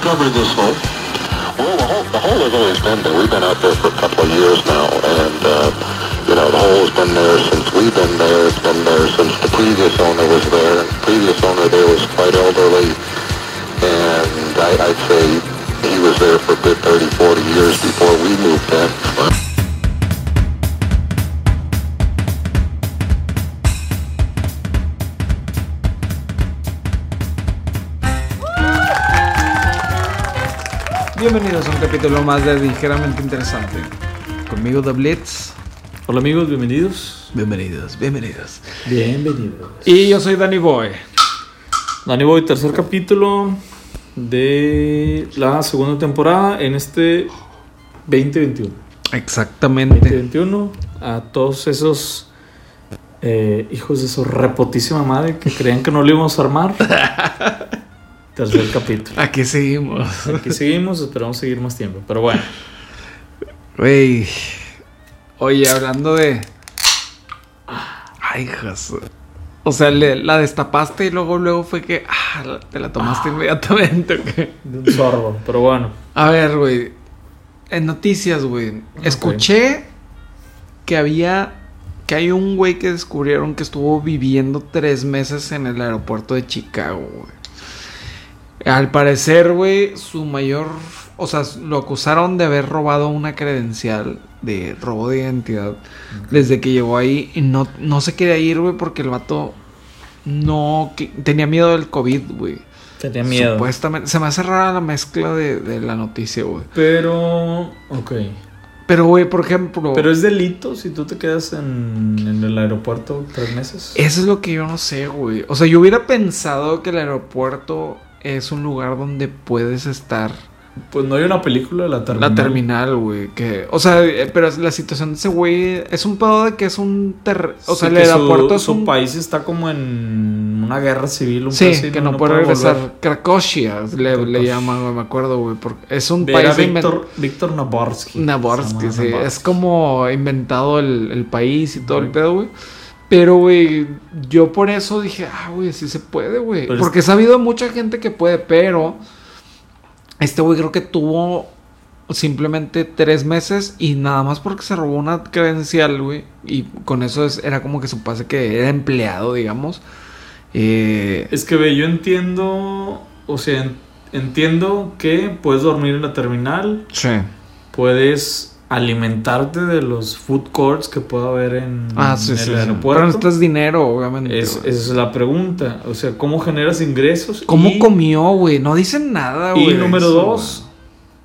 covered this hole? Well, the hole, the hole has always been there. We've been out there for a couple of years now, and uh, you know the hole's been there since we've been there. It's been there since the previous owner was there. And the previous owner there was quite elderly, and I, I'd say he was there for a good 30, 40 years before we moved in. Bienvenidos a un capítulo más de Ligeramente Interesante. Conmigo The Blitz. Hola amigos, bienvenidos. Bienvenidos, bienvenidos. Bienvenidos. Y yo soy Danny Boy. Danny Boy, tercer capítulo de la segunda temporada en este 2021. Exactamente. 2021 a todos esos eh, hijos de su repotísima madre que creían que no lo íbamos a armar. Tercer capítulo. Aquí seguimos. Aquí seguimos, esperamos seguir más tiempo. Pero bueno, Güey. Oye, hablando de. Ay, hijas. O sea, le- la destapaste y luego, luego fue que. ah, la- te la tomaste inmediatamente. ¿o qué? de un sorbo. Pero bueno, A ver, güey. En noticias, güey. Escuché que había. Que hay un güey que descubrieron que estuvo viviendo tres meses en el aeropuerto de Chicago, güey. Al parecer, güey, su mayor. O sea, lo acusaron de haber robado una credencial de robo de identidad desde que llegó ahí y no, no se quería ir, güey, porque el vato no que- tenía miedo del COVID, güey. tenía miedo. Supuestamente. Se me hace rara la mezcla de, de la noticia, güey. Pero, ok. Pero, güey, por ejemplo. Pero es delito si tú te quedas en, en el aeropuerto tres meses. Eso es lo que yo no sé, güey. O sea, yo hubiera pensado que el aeropuerto es un lugar donde puedes estar. Pues no hay una película de la terminal. La terminal, güey. Que, o sea, eh, pero es la situación de ese güey es un pedo de que es un. ter- o Sí, sea, el que su- aeropuerto es su un. país está como en una guerra civil. Un Sí, pedo así, que no, puede regresar. volver. Krakosia le, le Krakosia. llaman, güey, me acuerdo, güey. Porque es un Era país de inven- Víctor, Víctor Naborsky. Se Naborsky, llama sí. Es Naborsky. como inventado el, el país y todo el Ujú. pedo, güey. Pero, güey, yo por eso dije, ah, güey, sí se puede, güey. Pero es- Porque he sabido mucha gente que puede, pero este güey creo que tuvo simplemente tres meses y nada más porque se robó una credencial, güey. Y con eso es- era como que su pase que era empleado, digamos. Eh, Es que ve, yo entiendo. O sea, en- entiendo que puedes dormir en la terminal. sí. Puedes alimentarte de los food courts que pueda haber en, Ah, sí, en sí. el sí. Pero aeropuerto. necesitas dinero, obviamente. Es- güey. esa es la pregunta. O sea, ¿cómo generas ingresos? ¿Cómo Y- comió, güey? No dicen nada, güey. Y de número eso, dos,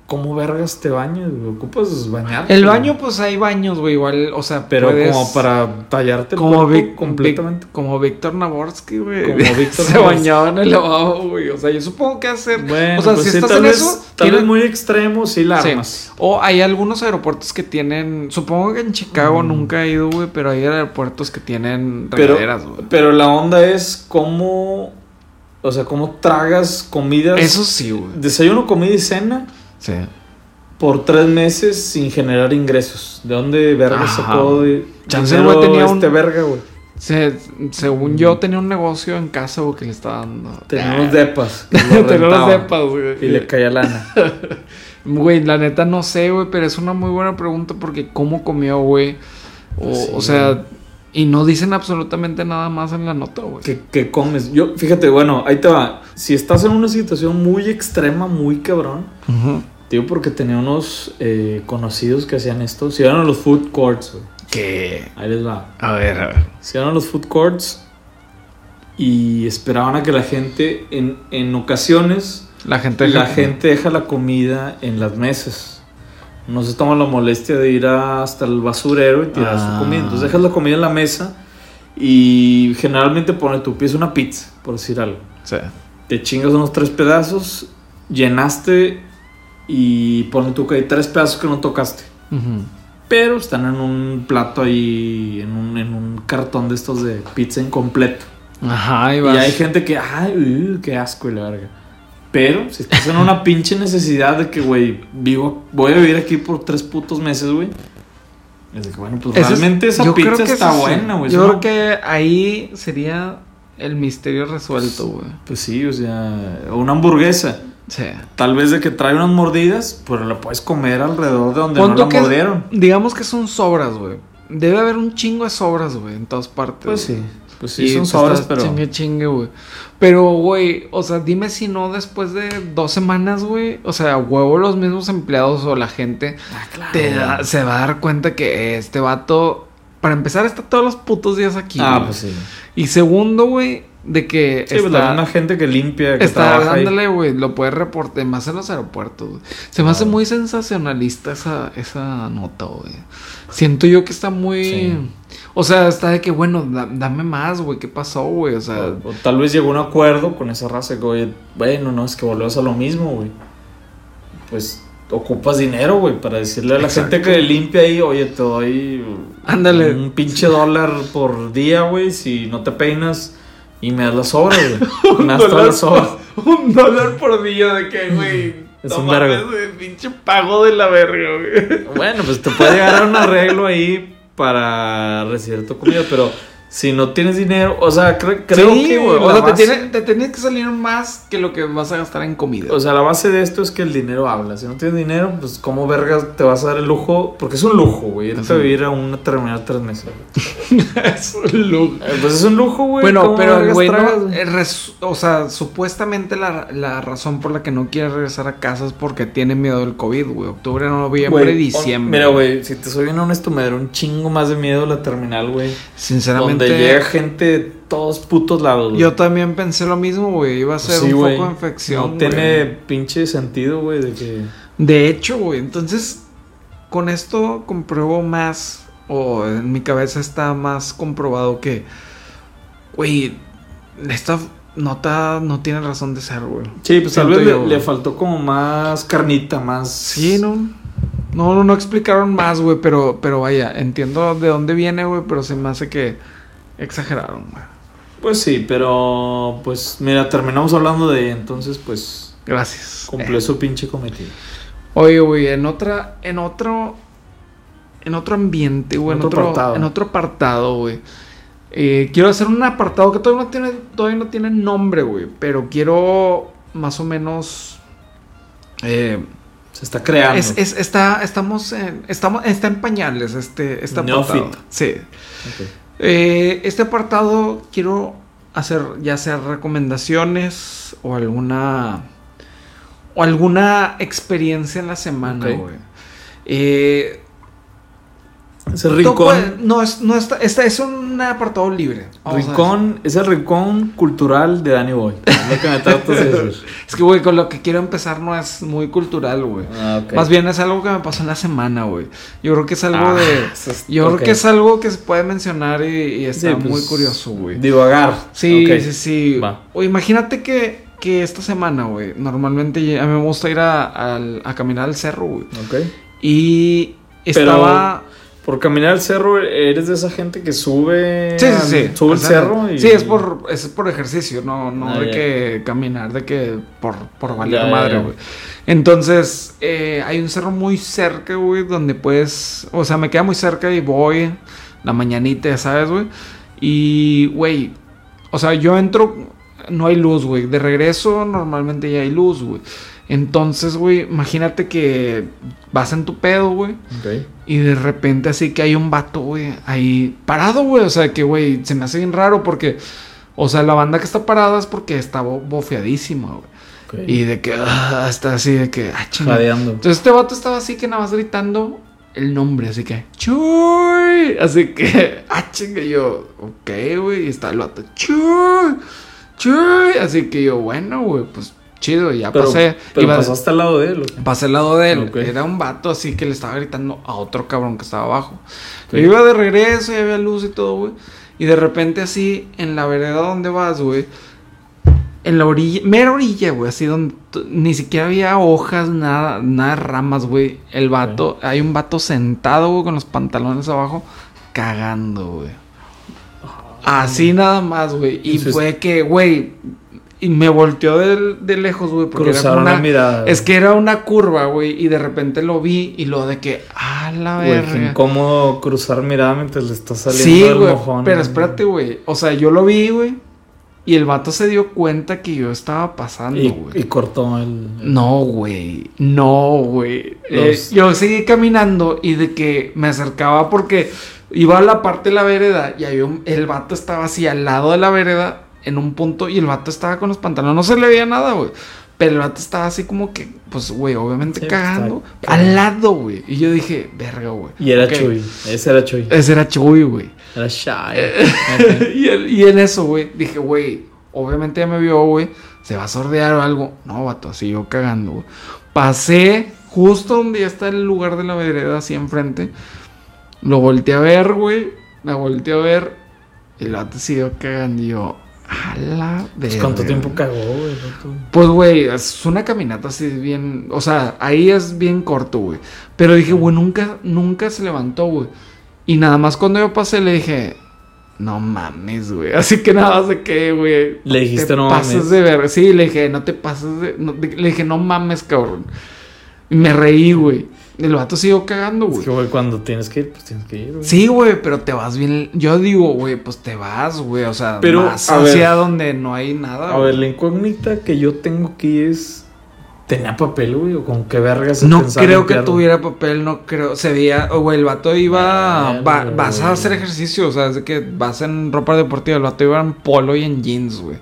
¿cómo vergas te bañas? güey? Ocupas güey. bañarte. El baño, pues hay baños, güey, igual, o sea, Pero puedes- como para tallarte el Como, cuerpo Vic- completamente. Vic- como Víctor Naborsky, güey. Como Víctor Se Naborsky. bañaba en el lavabo, güey. O sea, yo supongo que hacer. Bueno, o sea, pues si sí, estás tal en vez, eso. tal vez tienes- muy extremo, sí la Sí. armas. O hay algunos aeropuertos que tienen. Supongo que en Chicago nunca he ido, güey, pero hay aeropuertos que tienen Mm. Pero, regaderas, güey. pero la onda es cómo. O sea, cómo tragas comidas. Eso sí, güey. Desayuno, comida y cena Sí. por tres meses sin generar ingresos. ¿De dónde vergas Ajá. sacó de. Chance el dinero güey tenía este un- verga, güey. Se- según yo, tenía un negocio en casa, güey, que le estaba dando. Tenía unos depas. que lo Te lo rentaba sepas, güey. Y le caía lana. Güey, la neta no sé, güey, pero es una muy buena pregunta porque cómo comió, güey. O, Pues Sí, o sea, y no dicen absolutamente nada más en la nota, güey. que, que comes. Yo, fíjate, bueno, ahí te va. Si estás en una situación muy extrema, muy cabrón, Ujú. te digo porque tenía unos eh, conocidos que hacían esto. Si iban a los food courts, güey. Que, ahí les va. a ver, a ver. Se iban a los food courts y esperaban a que la gente, en, en ocasiones, La gente. la gente deja la comida en las mesas. No se toma la molestia de ir hasta el basurero y tirar Ah. su comida. Entonces dejas la comida en la mesa y generalmente pones tu pies una pizza, por decir algo. Sí. te chingas unos tres pedazos, llenaste y pone tú que hay tres pedazos que no tocaste. Ujú. Pero están en un plato ahí, en un, en un cartón de estos de pizza incompleto. Ajá, ahí Y vas. hay gente que, ay, uy, qué asco y la verga. Pero si estás en una pinche necesidad de que, güey, vivo, voy a vivir aquí por tres putos meses, güey. Es de que, bueno, pues Ese es- realmente esa yo creo pizza que está eso sí. buena, güey. Yo Es creo una- que ahí sería el misterio resuelto, güey. Pues sí, o sea, o una hamburguesa. Sí. Tal vez de que trae unas mordidas, pero la puedes comer alrededor de donde no Punto la que- mordieron. digamos que son sobras, güey. Debe haber un chingo de sobras, güey, en todas partes. Pues güey. sí. Pues sí, Y son tú sobres, estás pero. Chingue, chingue, güey. Pero, güey, o sea, dime si no después de dos semanas, güey. O sea, a huevo los mismos empleados o la gente Ah, te da- se va a dar cuenta que este vato, para empezar, está todos los putos días aquí. Ah, güey. pues sí. Y segundo, güey, de que Sí, pues la está, misma gente que limpia, que está trabaja ahí. dándole, güey, lo puede reportar más en los aeropuertos. güey. Se me hace muy sensacionalista esa, esa nota, güey. Siento yo que está muy... Sí. O sea, está de que, bueno, da- dame más, güey, ¿qué pasó, güey? O sea, O, o tal vez llegó a un acuerdo con esa raza que, oye, bueno, no, es que volvemos a lo mismo, güey. Pues ocupas dinero, güey, para decirle a la Exacto. gente que limpia ahí, oye, te doy Ándale. un pinche dólar por día, güey, si no te peinas y me das las obras, güey. me das todas las obras. un dólar por día de que, güey. Es no un mames, vergo. güey, pinche pago de la verga, güey. Bueno, pues te puede llegar a un arreglo ahí para recibir tu comida, pero si no tienes dinero, o sea, cre- creo Sí, que, güey, O la sea, te base- tiene, te tiene que salir más que lo que vas a gastar en comida. O sea, la base de esto es que el dinero habla. Si no tienes dinero, pues cómo vergas te vas a dar el lujo, porque es un lujo, güey, irte a vivir a una terminal tres meses. güey. es un lujo. Eh, Pues es un lujo, güey. Bueno, ¿cómo pero el vergas güey, no- tragas, güey? eh, res- o sea, supuestamente la, la razón por la que no quiere regresar a casa es porque tiene miedo del COVID, güey. Octubre, noviembre, Güey, diciembre. Mira, güey, si te soy bien honesto, me dará un chingo más de miedo la terminal, güey. Sinceramente. Donde llega gente de todos putos lados. güey. Yo también pensé lo mismo, güey. Iba a ser Pues Sí, un güey. poco de infección. No güey. tiene pinche sentido, güey, de que. De hecho, güey, entonces con esto compruebo más, o en mi cabeza está más comprobado que, güey, esta nota no tiene razón de ser, güey. Sí, pues tal Siento vez le, yo, güey. le faltó como más carnita, más. Sí, no. No, no, no explicaron más, güey, pero, pero vaya, entiendo de dónde viene, güey, pero se me hace que exageraron, güey. Pues sí, pero pues mira, terminamos hablando de ella, entonces pues Gracias. Eh, cumplió su pinche cometido. Oye, güey, en otra, en otro, en otro ambiente, güey, en En otro otro, apartado. en otro apartado, güey. Eh, quiero hacer un apartado que todavía no tiene, todavía no tiene nombre, güey, pero quiero más o menos. eh, Se está creando. es, es- está, estamos en, estamos, está en pañales este, este apartado. Neófito. Sí. Ok. Eh, este apartado quiero hacer ya sea recomendaciones o alguna o alguna experiencia en la semana, Ok. güey. Eh, Ese tú puedes- rincón, no es no está, está- es un apartado libre. Vamos a rincón, es el rincón cultural de Danny Boy. Es lo que me tratas Ah, de decir. decir. Es que güey, con lo que quiero empezar no es muy cultural, güey. Ah, ok. Más bien es algo que me pasó en la semana, güey. Yo creo que es algo Ah, eso es- de yo ok. creo que es algo que se puede mencionar y, y está Sí, muy pues, curioso, güey. Divagar. Sí, Ok. sí, sí. Va. O imagínate que, que esta semana, güey, normalmente ye- a mí me gusta ir a, al- a caminar al cerro, güey. Ok. Y Pero- estaba... Por caminar el cerro, eres de esa gente que sube. Sí, al- sí, sí. Sube O el sea, cerro y. Sí, es por, es por ejercicio, no, no Ah, de ya. que caminar, de que por, por valer Ya, ya, madre, ya. güey. Entonces, eh, hay un cerro muy cerca, güey, donde puedes... O sea, me queda muy cerca y voy la mañanita, ya ¿sabes, güey? Y, güey, o sea, yo entro, no hay luz, güey. De regreso normalmente ya hay luz, güey. Entonces, güey, imagínate que vas en tu pedo, güey. Ok. Y de repente así que hay un vato, güey, ahí parado, güey. O sea, que, güey, se me hace bien raro porque, o sea, la banda que está parada es porque está bo- bofeadísima, güey. ok. Y de que, ah, está así de que, ah, chinga. Jadeando. Entonces este vato estaba así que nada más gritando el nombre, así que, chuy. Así que, ah, chinga, y yo, ok, güey. Y está el vato, chuy, chuy. Así que yo, bueno, güey, pues chido, ya Pero, pasé. pero Iba- pasaste al lado de él. ¿o qué? Pasé al lado de él. Ok. Era un vato así que le estaba gritando a otro cabrón que estaba abajo. Ok. Yo iba de regreso y había luz y todo, güey. Y de repente así, en la vereda donde vas, güey. En la orilla, mera orilla, güey, así donde t- ni siquiera había hojas, nada, nada de ramas, güey. El vato, hay un vato sentado, güey, con los pantalones abajo, cagando, güey. Ah. Así nada más, güey. Y Eso es- fue que, güey, y me volteó de, de lejos, güey, porque era Cruzaron una- la mirada. es que era una curva, güey, y de repente lo vi y lo de que, ah, la Güey, qué verga. incómodo cruzar mirada mientras le está saliendo Sí, el güey, mojón. pero espérate, güey. O sea, yo lo vi, güey, Y el vato se dio cuenta que yo estaba pasando, Y, güey. y cortó el. No, güey. No, güey. Los- Eh, yo seguí caminando y de que me acercaba porque iba a la parte de la vereda y había un- el vato estaba así al lado de la vereda en un punto y el vato estaba con los pantalones. No se le veía nada, güey. Pero el vato estaba así como que, pues, güey, obviamente Sí, pues, cagando. está- Al lado, güey. Y yo dije, verga, güey. Y era Ok. Chuy. Ese era Chuy. Ese era Chuy, güey. Era Eh, Shy. Ok. y, en, y en eso, güey, dije, güey, obviamente ya me vio, güey, se va a sordear o algo. No, vato, así yo cagando, güey. Pasé justo donde ya está el lugar de la vereda, así enfrente. Lo volteé a ver, güey. La volteé a ver. Y el vato siguió cagando. Y yo, a la Pues, verga. ¿Cuánto tiempo cagó, güey? No, tú. Pues, güey, es una caminata así bien. O sea, ahí es bien corto, güey. Pero dije, güey, nunca, nunca se levantó, güey. Y nada más cuando yo pasé le dije, no mames, güey. Así que nada más de que, güey. Le dijiste, te "No pases mames". de ver. Sí, le dije, no te pases de. no te- Le dije, no mames, cabrón. Y me reí, güey. El vato siguió cagando, güey. Es que, güey, cuando tienes que ir, pues tienes que ir, güey. Sí, güey, pero te vas bien. Yo digo, güey, pues te vas, güey. O sea, Pero, más a ver. hacia donde no hay nada. A güey. ver, la incógnita que yo tengo aquí es. ¿Tenía papel, güey? ¿O con qué vergas? se No pensaba creo que limpiarlo? tuviera papel, no creo. Se veía, o güey, el vato iba. Verga, va- vas güey. a hacer ejercicio, o sea, es de que vas en ropa deportiva. El vato iba en polo y en jeans, güey.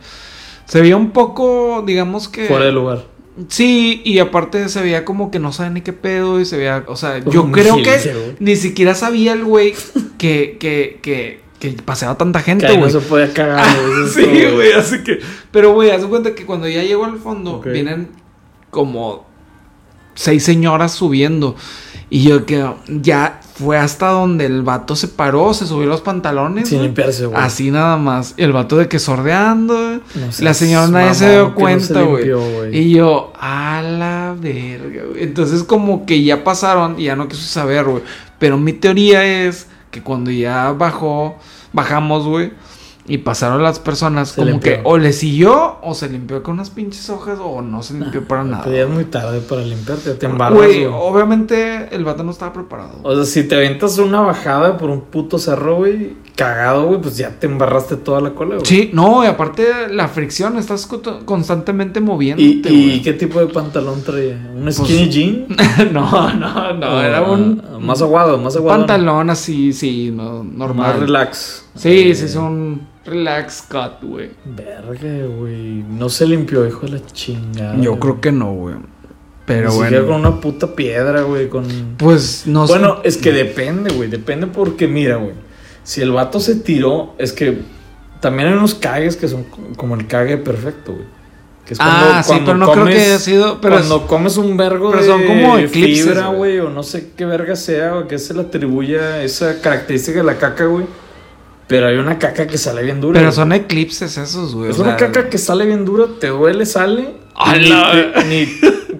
Se veía un poco, digamos que. Fuera de lugar. Sí, y aparte se veía como que no sabe ni qué pedo y se veía, o sea, yo Un creo que silencio, güey. ni siquiera sabía el güey que, que, que, que paseaba tanta gente, Que ahí no güey. se podía cagar, güey. eso es Sí, todo, güey, así que. Pero, güey, haz de cuenta que cuando ya llego al fondo, Ok. vienen como seis señoras subiendo. Y yo que ya fue hasta donde el vato se paró, se subió los pantalones. Sin güey. Ah, limpiarse, güey. Así nada más. Y el vato de que sordeando. No la seas señora nadie se mamón, dio que no se cuenta, güey. limpió, güey. y yo, a la verga, güey. Entonces, como que ya pasaron y ya no quiso saber, güey. Pero mi teoría es que cuando ya bajó, bajamos, güey. Y pasaron las personas, Se como limpió. que o le siguió o se limpió con unas pinches hojas o no se limpió para nada. Pero ya es muy tarde para limpiarte, ya te embarras, Güey, güey. obviamente el vato no estaba preparado. O sea, si te aventas una bajada por un puto cerro, güey, cagado, güey, pues ya te embarraste toda la cola, güey. Sí, no, y aparte la fricción, estás co- constantemente ¿Y, moviéndote, y güey. qué tipo de pantalón traía? ¿Un skinny jean? Ah, no, no, no, era un Más aguado, más aguado. pantalón así, sí, no, Más normal. relax. Sí, Eh, sí, es un relax cut, güey. Verga, güey. No se limpió, hijo de la chingada. Yo creo que no, güey. Pero Ni siquiera bueno. con una puta piedra, güey, con... Pues no sé. Bueno, es que depende, güey. Depende porque, mira, güey. Si el vato se tiró, es que también hay unos cagues que son co- como el cague perfecto, güey. Que es Ah, sí, pero no creo que haya sido- pero cuando es- comes un vergo pero de son como eclipses, fibra, güey. güey, o no sé qué verga sea, o que se le atribuya esa característica de la caca, güey. Pero hay una caca que sale bien dura. Pero güey. son eclipses esos, güey. Es o una sea, caca que sale bien dura, te duele, sale. A ni- la- ni-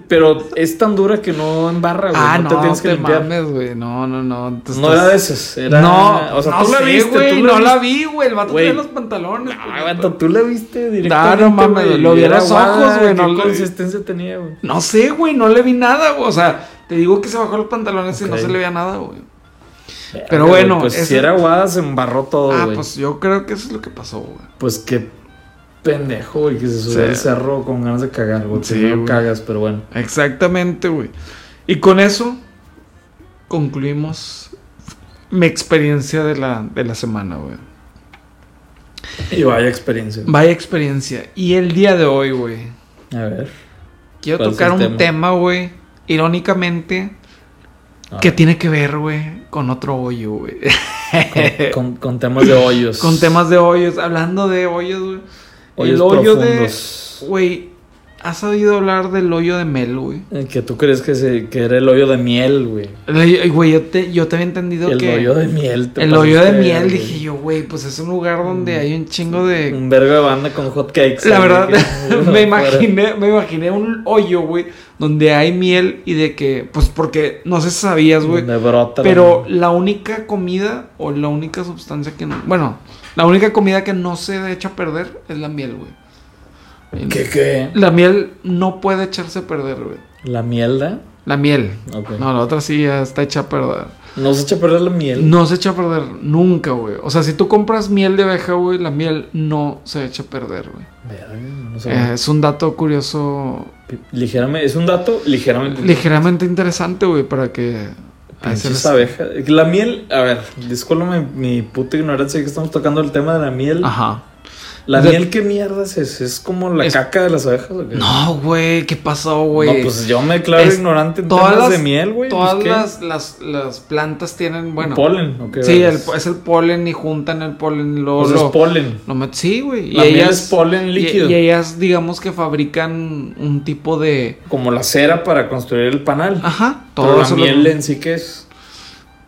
pero es tan dura que no embarra, güey. Ah, no, no, te tienes que te limpiar. mames, güey. No, no, no. tú No estás- era de esas. Era, No, o sea, no tú la sé, viste, güey, tú la no viste. la vi, güey. El vato Güey. tenía los pantalones. Ah, vato, tú la viste directamente, directamente. güey, lo vi a era los guada, ojos, güey. ¿qué No, consistencia consistencia tenía, güey. No sé, güey, no le vi nada, güey. O sea, te digo que se bajó los pantalones y no Ok. se le veía nada, güey. Pero bueno, pues si ese- era guada, se embarró todo, Ah, güey. pues yo creo que eso es lo que pasó, güey. Pues qué pendejo, güey, que se subió Sí. al cerro con ganas de cagar, güey. Sí, Sí, no güey. cagas, pero bueno. Exactamente, güey. Y con eso concluimos mi experiencia de la, de la semana, güey. Y vaya experiencia. Vaya experiencia. Y el día de hoy, güey. A ver. Quiero ¿Cuál es tocar el un tema? tema, güey. Irónicamente, a que tiene que ver, güey, con otro hoyo, güey. ver, Con, con- con temas de hoyos. con temas de hoyos. Hablando de hoyos, güey. Pues Hoyos el hoyo profundos. de. Güey, ¿has oído hablar del hoyo de Mel, güey? Eh, Que tú crees que, se, que era el hoyo de miel, güey. Le- Güey, yo, te, yo te había entendido El que. hoyo de miel. te el hoyo de pasaste, miel, güey. dije yo, güey, pues es un lugar donde hay un chingo de. Un vergo de banda con hot cakes. La ahí, verdad, que- me imaginé, me imaginé un hoyo, güey, donde hay miel y de que, pues porque no sé si sabías, güey, Donde brota la- pero la única comida o la única sustancia que no, bueno, la única comida que no se echa a perder es la miel, güey. Eh, ¿Qué qué? La miel no puede echarse a perder, güey. La mielda. La miel. Ok. No, la otra sí ya está hecha a perder. No se echa a perder la miel. No se echa a perder nunca, güey. O sea, si tú compras miel de abeja, güey, la miel no se echa a perder, güey. Verga, no Eh, sabía. es un dato curioso, Pi- ligeramente, es un dato ligeramente. ligeramente interesante, güey, para que... Ah, a ese Pinches les- abejas. La miel, a ver, discúlpame mi puta ignorancia que estamos tocando el tema de la miel. Ajá. ¿La Ah, De- miel qué mierda es? eso? ¿Es como la Es- caca de las abejas? o qué? No, güey, ¿qué pasó, güey? Eh. No, pues yo me declaro Es- ignorante en todas las- temas de miel, güey. Todas pues, ¿qué? las, las, las plantas tienen, bueno... Polen, ¿o qué Sí, el, vergas? po- es el polen y juntan el polen y luego... Pues es lo- polen. lo met- sí, güey. La miel es polen y- líquido. Y, ellas, digamos que fabrican un tipo de... Como la cera para construir el panal. Ajá. Pero la Ah, eso lo- miel en sí que es.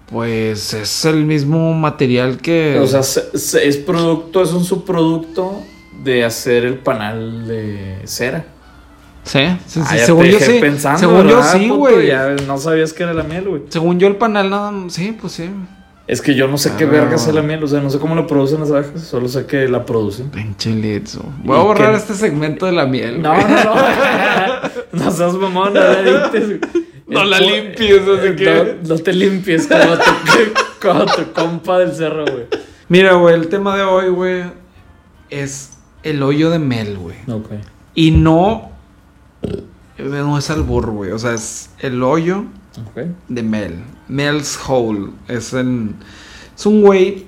Pues es el mismo material que... O sea, se- se- es producto, es un subproducto de hacer el panal de cera. Sí, sí, sí, Ah, ya según te yo dejé sí. pensando, según yo ¿verdad, sí, puto? güey. Ya No sabías que era la miel, güey. Según yo el panal nada más- sí, pues sí. Es que yo no sé qué Ah. verga es la miel, o sea, no sé cómo la producen las abejas, solo sé que la producen. Pinche lienzo. Voy a ¿Y borrar qué? este segmento de la miel. No, güey. no, no. no seas mamón, no la limpies. güey. No Es la por- limpies, así eh, que- No, no te limpies como tu, como tu compa del cerro, güey. Mira, güey, el tema de hoy, güey, es el hoyo de mel, güey. Ok. Y no no es albur, güey, o sea, es el hoyo Ok. de Mel. Mel's Hole es en es un güey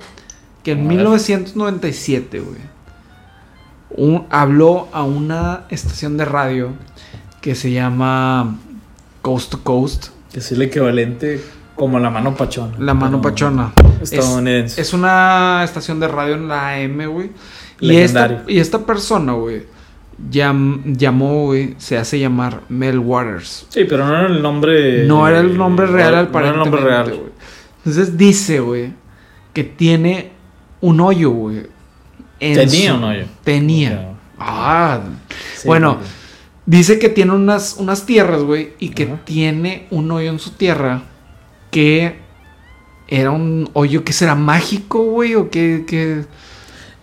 que en A ver. 1997, güey, un- habló a una estación de radio que se llama Coast to Coast, Que es el equivalente como la mano pachona. La Mano pero Pachona. Es- Estadounidense. Es una estación de radio en la AM, güey. Y Legendario. esta, y esta persona, güey, llam- llamó, güey, se hace llamar Mel Waters. Sí, pero no era el nombre. No era el nombre real, al No era el nombre real. güey. Entonces dice, güey, que tiene un hoyo, güey. en Tenía un hoyo. Tenía. Ah. Sí, bueno, porque- dice que tiene unas, unas tierras, güey, y que Ajá. tiene un hoyo en su tierra que era un hoyo que será mágico, güey, o que... que...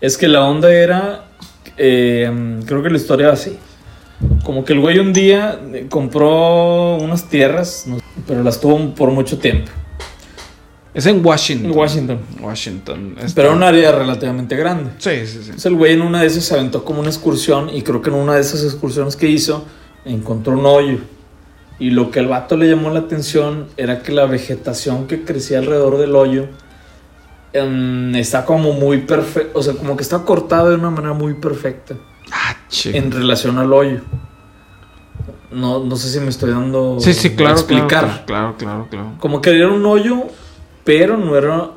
Es que la onda era. eh, creo que la historia era así. Como que el güey un día eh, compró unas tierras, no sé, pero las tuvo por mucho tiempo. Es en Washington. En Washington. Washington. Pero está- era un área relativamente grande. Sí, sí, sí. Entonces Pues el güey en una de esas se aventó como una excursión y creo que en una de esas excursiones que hizo encontró un hoyo. Y lo que al vato le llamó la atención era que la vegetación que crecía alrededor del hoyo em, está como muy perfecta, o sea, como que está cortada de una manera muy perfecta Ah, che. en relación al hoyo. No, no sé si me estoy dando Sí, sí, claro. a explicar. Claro, claro, claro. claro. Como que era un hoyo, pero no era.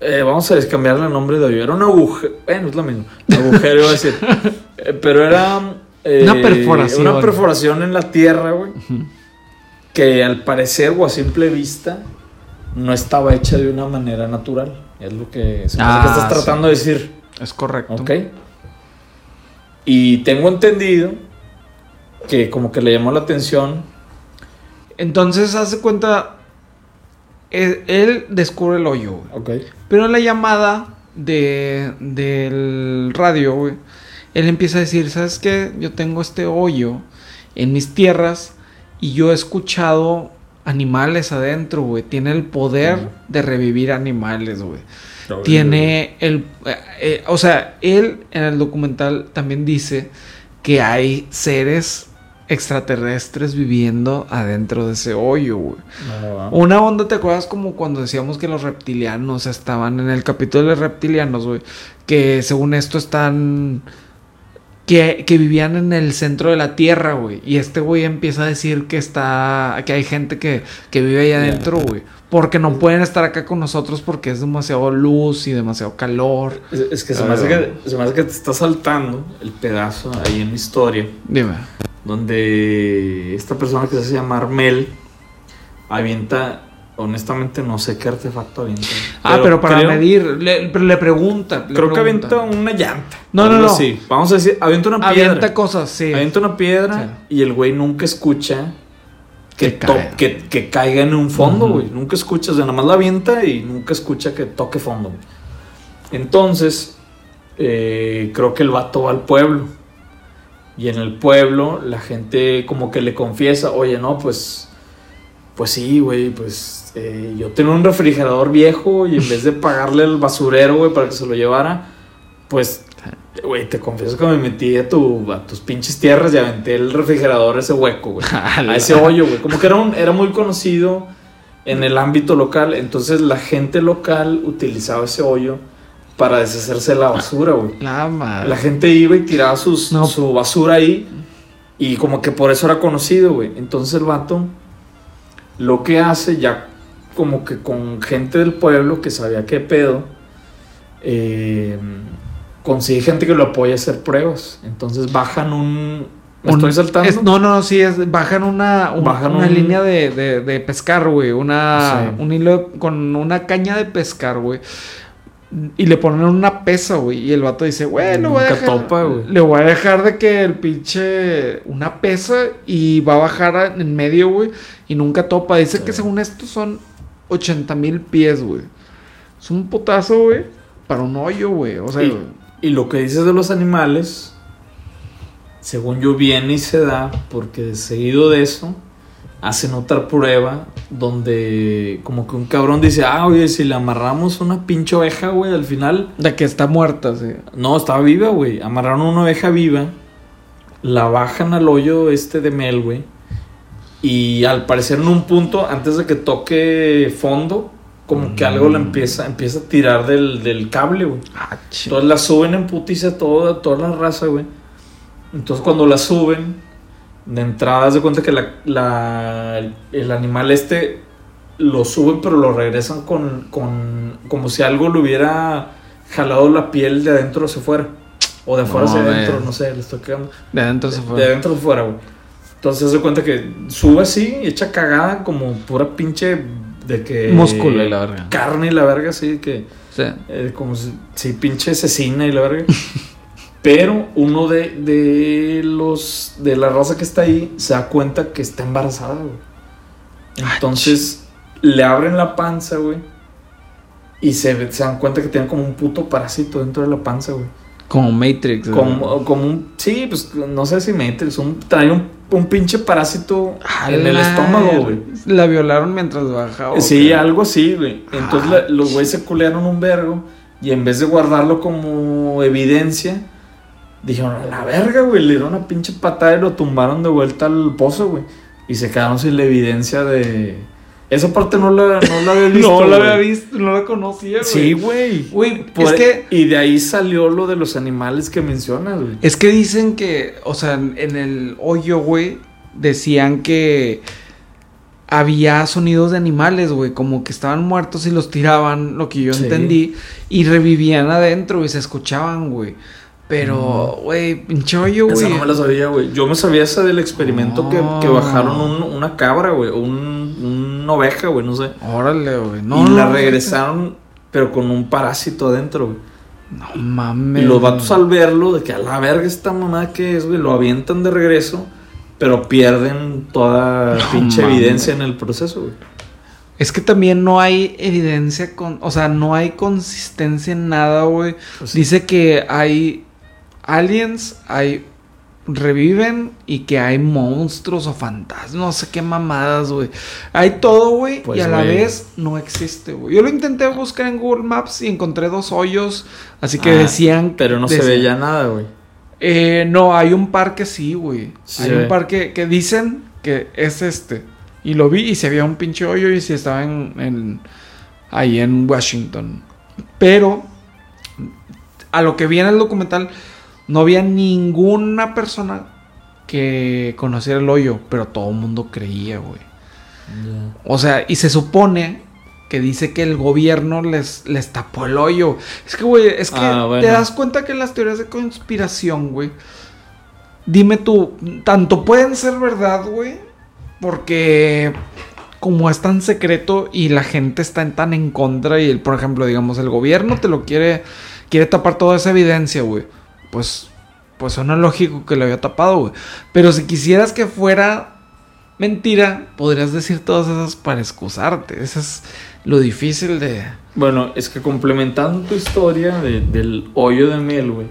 eh, vamos a cambiarle el nombre de hoyo. Era un agujero. Bueno, es lo mismo. Agujero iba a decir. Eh, pero era. eh, Una perforación. Una perforación en la tierra, güey. Que al parecer o a simple vista no estaba hecha de una manera natural. Es lo que, se me hace Ah, que estás sí. tratando de decir. Es correcto. Ok. Y tengo entendido que como que le llamó la atención. Entonces, hace cuenta. e- Él descubre el hoyo, güey. Ok. Pero en la llamada de, del radio, güey, él empieza a decir: ¿Sabes qué? Yo tengo este hoyo en mis tierras y yo he escuchado animales adentro, güey. Tiene el poder Ujú. de revivir animales, güey. Tiene el... eh, eh, o sea, él en el documental también dice que hay seres extraterrestres viviendo adentro de ese hoyo, güey. Ah, va. Una onda, ¿te acuerdas como cuando decíamos que los reptilianos estaban en el capítulo de reptilianos, güey? Que según esto están... Que, que vivían en el centro de la Tierra, güey. Y este güey empieza a decir que está... Que hay gente que, que vive ahí adentro, güey. Porque no pueden estar acá con nosotros porque es demasiado luz y demasiado calor. Es, es que se me, hace que se me hace que te está saltando el pedazo ahí en la historia Dime. donde esta persona que se hace llamar Mel avienta. Honestamente, no sé qué artefacto avienta. ah, pero para creo- medir... Le, pero le pregunta. le Creo que pregunta. avienta una llanta. No, no, algo no. así. Vamos a decir, avienta una piedra. Avienta cosas, sí. Avienta una piedra y el güey nunca escucha que, Que caiga. to- que- que caiga en un fondo, Ujú. güey. Nunca escucha, o sea, nada más la avienta y nunca escucha que toque fondo, güey. Entonces, eh, creo que el vato va al pueblo. Y en el pueblo la gente como que le confiesa, oye, no, pues Pues sí, güey, pues eh, yo tenía un refrigerador viejo y en vez de pagarle al basurero, güey, para que se lo llevara, pues, güey, te confieso que me metí a, tu, a tus pinches tierras y aventé el refrigerador a ese hueco, güey. A ese hoyo, güey. Como que era, un- era muy conocido en el ámbito local, entonces la gente local utilizaba ese hoyo para deshacerse de la basura, güey. La madre. La gente iba y tiraba sus, No. su basura ahí. Y como que por eso era conocido, güey. Entonces el vato lo que hace ya como que con gente del pueblo que sabía qué pedo, eh, consigue gente que lo apoya a hacer pruebas. Entonces bajan un... ¿Me Un- estoy saltando? es- no, no, sí, es, bajan una, un- Bajan una un- línea de, de- de pescar, güey. Una, Sí. Un hilo de- con una caña de pescar, güey. Y le ponen una pesa, güey. Y el vato dice, güey, lo voy a Nunca dejar. topa, güey. le voy a dejar de que el pinche. Una pesa y va a bajar a- en medio, güey. Y nunca topa. Dice que Sí. según esto son 80 mil pies, güey. Es un potazo, güey. Para un hoyo, güey. O sea, Y, y lo que dices de los animales, según yo, viene y se da porque de seguido de eso hacen otra prueba donde como que un cabrón dice, ah, oye, si le amarramos una pinche oveja, güey, al final... de que está muerta, sí. No, estaba viva, güey. Amarraron una oveja viva, la bajan al hoyo este de Mel, güey. Y al parecer en un punto, antes de que toque fondo, como que algo la empieza, empieza a tirar del, del cable, güey. Ah, chido. Entonces la suben en putiza toda, toda la raza, güey. Entonces cuando la suben, de entrada haz de cuenta que la, la- el animal este lo suben, pero lo regresan con, con. como si algo le hubiera jalado la piel de adentro hacia afuera. O de afuera No, hacia adentro, güey. no sé, le estoy quedando. De adentro se fue. De adentro hacia afuera, güey. Entonces haz de cuenta que sube así, hecha cagada, como pura pinche de que. Músculo y la verga. Carne y la verga, así que. Sí. Eh, como si, si pinche asesina y la verga. Pero uno de, de los de la raza que está ahí se da cuenta que está embarazada, güey. Entonces le abren la panza, güey. Y se, ve- se dan cuenta que tienen como un puto parásito dentro de la panza, güey. Como Matrix. güey. Como, como un. Sí, pues no sé si me interesa. Un, trae un, un pinche parásito A en el la- estómago, güey. La violaron mientras bajaba. Sí, ok. algo así, güey. Entonces Ah, la- los güeyes se culearon un vergo y en vez de guardarlo como evidencia, dijeron, a la verga, güey, le dieron una pinche patada y lo tumbaron de vuelta al pozo, güey. Y se quedaron sin la evidencia de... Esa parte no la, no la había visto. no la güey. había visto, no la conocía, güey. e- Sí, güey. Güey, Por- e- es que. Y de ahí salió lo de los animales que mencionas, güey. Es que dicen que. O sea, en en el hoyo, güey. Decían que. Había sonidos de animales, güey. Como que estaban muertos y los tiraban, lo que yo Sí. entendí. Y revivían adentro y se escuchaban, güey. Pero, güey, pinche hoyo, güey. Esa no me la sabía, güey. Yo me sabía esa del experimento Oh. que, que bajaron un- una cabra, güey, o un, una oveja, güey, no sé. Órale, güey. y No, la no, regresaron, pero con un parásito adentro, güey. No mames. Y los vatos al verlo, de que a la verga esta mamada que es, güey, lo avientan de regreso, pero pierden toda No pinche mames. evidencia en el proceso, güey. Es que también no hay evidencia con, o sea, no hay consistencia en nada, güey. Pues sí. Dice que hay aliens, hay reviven y que hay monstruos o fantasmas, no sé qué mamadas, güey. Hay todo, güey, Pues, y a la güey. vez no existe, güey. Yo lo intenté buscar en Google Maps y encontré dos hoyos, así que Ah, decían, Pero no se decían- ve ya nada, güey. eh, no, hay un par que sí, güey. Sí. Hay un par que, que dicen que es este. Y lo vi y se veía un pinche hoyo y sí estaba en, en- ahí en Washington. Pero a lo que vi en el documental no había ninguna persona que conociera el hoyo, pero todo el mundo creía, güey. O sea, y se supone que dice que el gobierno les, les tapó el hoyo. Es que, güey, es que Ah, bueno. te das cuenta que las teorías de conspiración, güey. Dime tú, tanto pueden ser verdad, güey, porque como es tan secreto y la gente está en- tan en contra y, el, por ejemplo, digamos, el gobierno te lo quiere, quiere tapar toda esa evidencia, güey. Pues, pues suena lógico que lo había tapado, güey. Pero si quisieras que fuera mentira, podrías decir todas esas para excusarte. Eso es lo difícil de... Bueno, es que complementando tu historia de- del hoyo de miel, güey.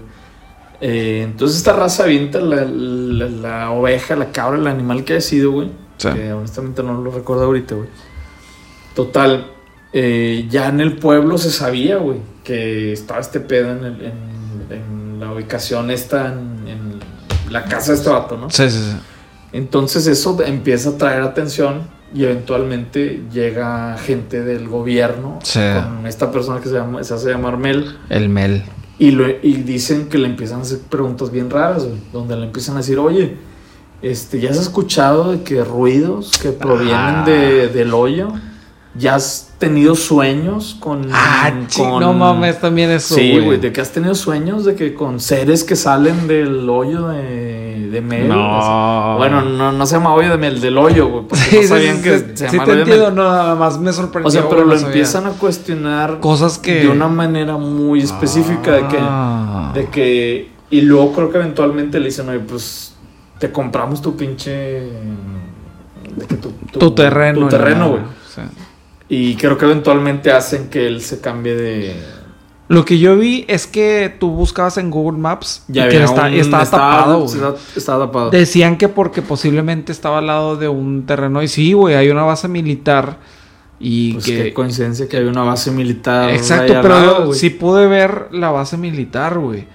eh, entonces esta raza avienta la, la- la oveja, la cabra, el animal que ha sido, güey. Sí. Que honestamente no lo recuerdo ahorita, güey. Total, eh, ya en el pueblo se sabía, güey, que estaba este pedo en, el- en- en la ubicación esta, en, en la casa de este vato, ¿no? Sí, sí, sí. Entonces eso empieza a traer atención y eventualmente llega gente del gobierno Sí. con esta persona que se, llama, se hace llamar Mel El Mel. y, lo, y dicen que le empiezan a hacer preguntas bien raras, güey, donde le empiezan a decir, oye, este, ¿ya has escuchado de que ruidos que provienen Ah. de, del hoyo? ¿Ya has tenido sueños con... Mm, con- Ah, no mames, también eso, Sí, güey, de que has tenido sueños de que con seres que salen del hoyo de, de Mel. No. o sea, bueno, no, no se llama hoyo de Mel, del hoyo, güey. Porque Sí, no sí, sabían sí, que sí, se sí llama te hoyo de Mel. entiendo, no, nada más me sorprendió. O sea, pero güey, lo no sabía. empiezan a cuestionar Cosas que... de una manera muy específica de que Ah. de que. Y luego creo que eventualmente le dicen, oye, pues te compramos tu pinche. de que tu, tu- Tu terreno. Tu y terreno, la- güey. sí. Y creo que eventualmente hacen que él se cambie de. Lo que yo vi es que tú buscabas en Google Maps y que había está, un- y estaba tapado, güey. Estaba, estaba tapado. Decían que porque posiblemente estaba al lado de un terreno. Y sí, güey, hay una base militar. Y Pues que. qué coincidencia que había una base militar. Exacto, ahí al pero lado, yo güey. sí pude ver la base militar, güey.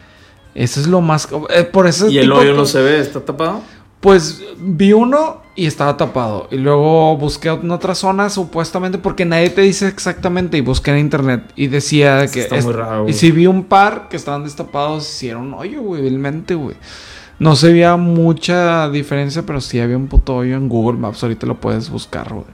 Eso es lo más. eh, por eso. Y el hoyo no se ve, está tapado. Pues vi uno y estaba tapado. Y luego busqué en otra zona, supuestamente, porque nadie te dice exactamente. Y busqué en internet y decía de Eso que. está muy raro, y güey. si vi un par que estaban destapados, hicieron hoyo, güey, vilmente, güey. No se veía mucha diferencia, pero sí había un puto hoyo en Google Maps. Ahorita lo puedes buscar, güey.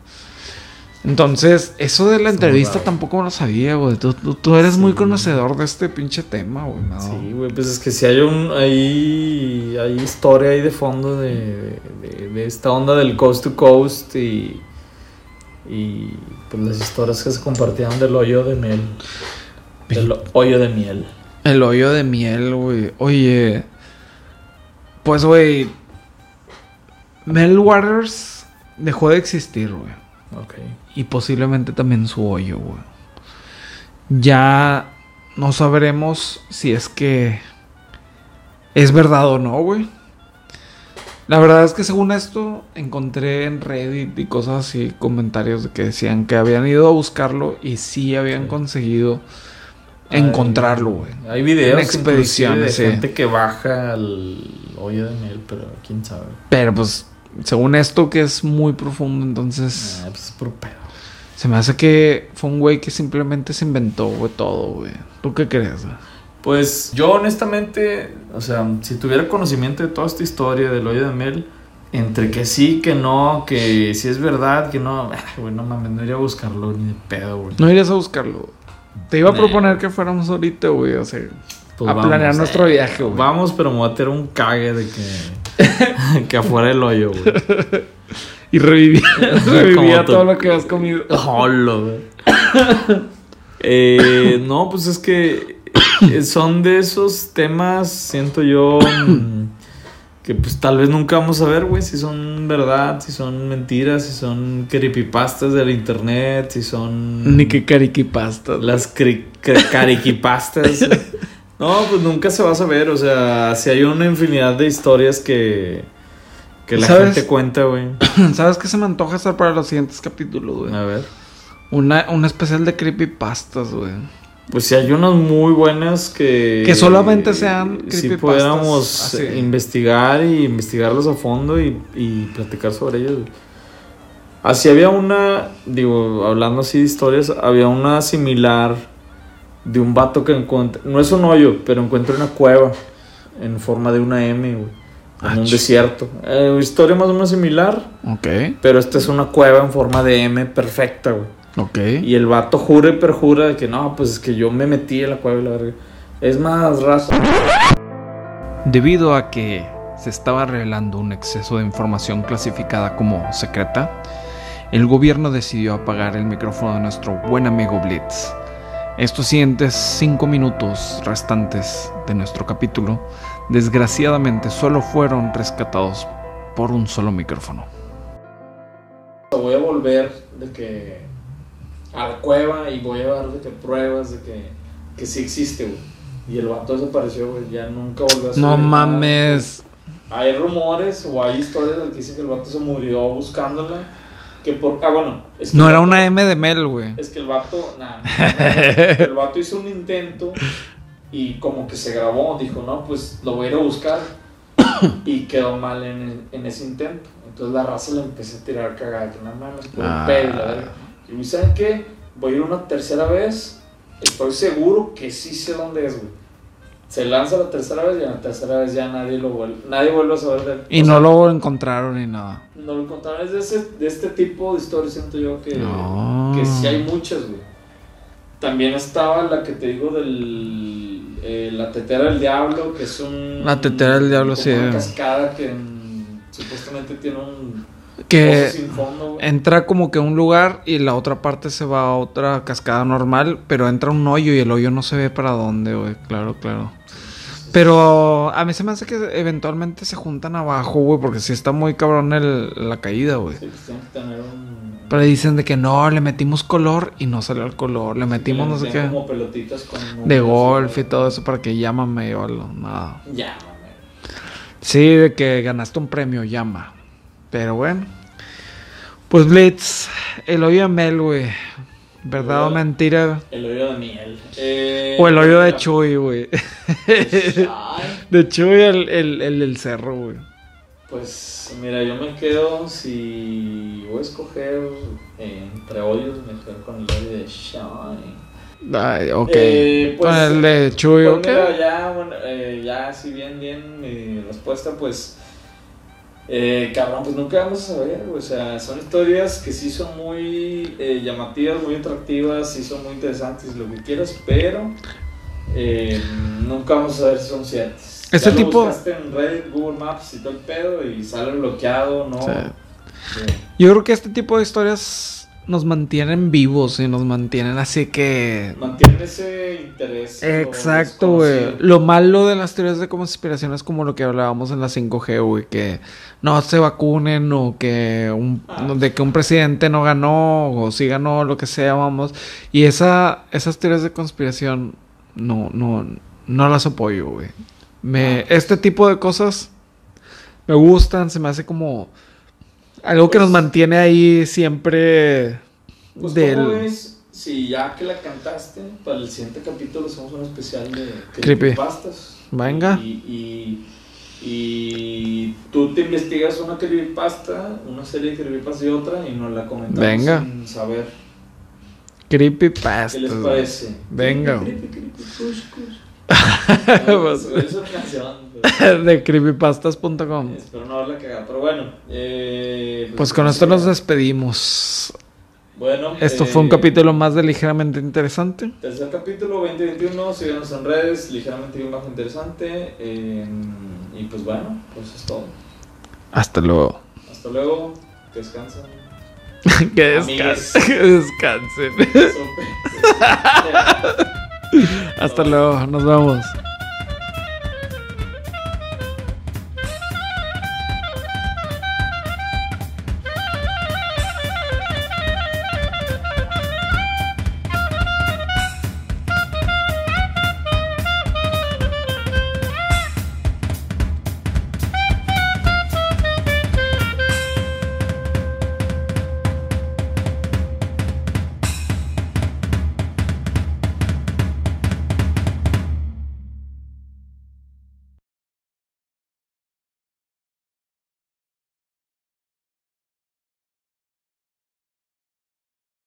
Entonces, eso de la Está muy entrevista raro. tampoco lo sabía, güey. Tú, tú- tú eres muy Sí. conocedor de este pinche tema, güey. ¿no? Sí, güey, pues es que si hay un. Hay, hay historia ahí de fondo de, de- de esta onda del coast to coast y. Y pues las historias que se compartían del hoyo de miel. Del hoyo de miel. El hoyo de miel, güey. Oye. Pues, güey. Mel Waters dejó de existir, güey. Ok. Y posiblemente también su hoyo, güey. Ya no sabremos si es que es verdad o no, güey. La verdad es que según esto encontré en Reddit y cosas así, comentarios de que decían que habían ido a buscarlo y sí habían Sí. conseguido encontrarlo, güey. Hay videos En expediciones, inclusive sí. de gente que baja al hoyo de miel, pero quién sabe. Pero pues, según esto que es muy profundo, entonces Ah, pues es puro pedo. se me hace que fue un güey que simplemente se inventó, güey, todo, güey. ¿Tú qué crees? güey? Pues yo honestamente, o sea, si tuviera conocimiento de toda esta historia del hoyo de Mel, entre que sí, que no, que si es verdad, que no, ah, güey, no mames, no iría a buscarlo ni de pedo, güey. No irías a buscarlo. Te iba a Nah. proponer que fuéramos ahorita, güey, o sea, Pues a vamos, planear eh, nuestro viaje, güey. Vamos, pero me voy a tener un cague de que, que afuera el hoyo, güey. Y revivir, revivía Como tú. todo lo que has comido. Jolo, güey. Eh, no, pues es que eh, son de esos temas, siento yo, mm, que pues tal vez nunca vamos a ver, güey, si son verdad, si son mentiras, si son creepypastas del internet, si son Ni que cariquipasta. las cri- ca- cariquipastas. no, pues nunca se va a saber, o sea, si hay una infinidad de historias que, que la ¿Sabes? gente cuenta, güey. ¿Sabes qué se me antoja hacer para los siguientes capítulos, güey? A ver. Una, un especial de creepypastas, güey. Pues sí, hay unas muy buenas que... eh, Que solamente sean Si creepypastas, Ah, pudiéramos así. eh, investigar y investigarlas a fondo y, y platicar sobre ellas. güey. Así había una, digo, hablando así de historias, había una similar de un vato que encuentra, no es un hoyo, pero encuentra una cueva en forma de una M, güey, en Ah, un ch- desierto. Eh, historia más o menos similar, Ok, pero esta es una cueva en forma de M perfecta, güey. ok. Y el vato jura y perjura de que no, pues es que yo me metí en la cueva y la verga. Es más, raza. Debido a que se estaba revelando un exceso de información clasificada como secreta, el gobierno decidió apagar el micrófono de nuestro buen amigo Blitz. Estos siguientes cinco minutos restantes de nuestro capítulo, desgraciadamente solo fueron rescatados por un solo micrófono. Voy a volver de que a la cueva y voy a dar de que pruebas de que, que sí existe, güey. Y el vato desapareció, güey. Ya nunca volvió a salir No nada. mames. Hay rumores o hay historias que dicen que el vato se murió buscándola. Que por. Ah, bueno. es que No el era vato- una M de Mel, güey. Es que el vato. Nah, el vato hizo un intento y como que se grabó. Dijo, no, pues lo voy a ir a buscar. Y quedó mal en, en ese intento. Entonces la raza le empezó a tirar cagada. Que no mames, por Ah. un pedo. y la verga. Y güey, ¿saben qué? Voy a ir una tercera vez. Estoy seguro que sí sé dónde es, güey. Se lanza la tercera vez y en la tercera vez ya nadie lo vuelve, nadie vuelve a saber de él. Y O sea, no lo encontraron ni nada. no lo encontraron. Es de, ese- de este tipo de historias, siento yo que, No. que sí hay muchas, güey. También estaba la que te digo del. eh, la tetera del diablo, que es un. La tetera del diablo, como sí. Una cascada que mm, supuestamente tiene un. pozo Que sin fondo, güey. entra como que a un lugar y la otra parte se va a otra cascada normal, pero entra un hoyo y el hoyo no se ve para dónde, güey. Claro, claro. Pero a mí se me hace que eventualmente se juntan abajo, güey, porque sí está muy cabrón el- la caída, güey. Sí, pues tienen que tener un. Pero dicen de que no, le metimos color y no salió el color, le metimos no sé tienen qué. Como pelotitas con. De golf y todo eso para que llámame o algo, nada. Ya, mame. Sí, de que ganaste un premio, llama. Pero bueno. Pues Blitz, el hoyo de Mel, güey. ¿Verdad o Hola. mentira? El hoyo de miel. Eh, O el hoyo de mira. Chuy, güey. Ay. De Chuy, el, el, el del cerro, güey. Pues mira, yo me quedo si voy a escoger eh, entre odios, me quedo con el odio de Shine. Ay, ok. Eh, pues, Con Ah, el de Chuy, Pues ok. mira, ya, bueno, eh, ya, si bien, bien mi respuesta, pues, eh, cabrón, pues nunca vamos a saber, güey, o sea, son historias que sí son muy eh, llamativas, muy atractivas, sí son muy interesantes, lo que quieras, pero eh, nunca vamos a saber si son ciertas. Este Ya lo tipo- buscaste en Reddit, Google Maps y todo el pedo y sale bloqueado, no. O sea, Sí. Yo creo que este tipo de historias nos mantienen vivos y nos mantienen así que... Mantiene ese interés. en lo Exacto, güey. desconocido. Lo malo de las teorías de conspiración es como lo que hablábamos en la 5G, güey, que no se vacunen o que un, Ah. de que un presidente no ganó o sí ganó, lo que sea, vamos. Y esa, esas teorías de conspiración no, no, no las apoyo, güey. Ah. Me, Este tipo de cosas me gustan, se me hace como algo que Pues- nos mantiene ahí siempre Pues, ¿cómo del... ves si ya que la cantaste, para el siguiente capítulo hacemos un especial de Creepy. creepypastas? Venga. Y, y, y tú te investigas una creepypasta, una serie de creepypastas y otra, y nos la comentamos Venga. sin saber Creepypastas. qué les güey. parece. Venga. Creepy, creepy, cus, cus. Ay, es una canción, pero de creepypastas.com. Espero no haberla cagado, pero bueno. eh, Pues con esto nos despedimos. Bueno, Esto fue un eh, capítulo más de ligeramente interesante. Tercer capítulo 2021, síganos en redes, ligeramente bien bajo interesante. eh, y pues bueno, pues es todo. Hasta luego. Hasta luego, que descansen. que, Amigues. descansen. que descansen. Sope. Hasta luego. Nos vemos.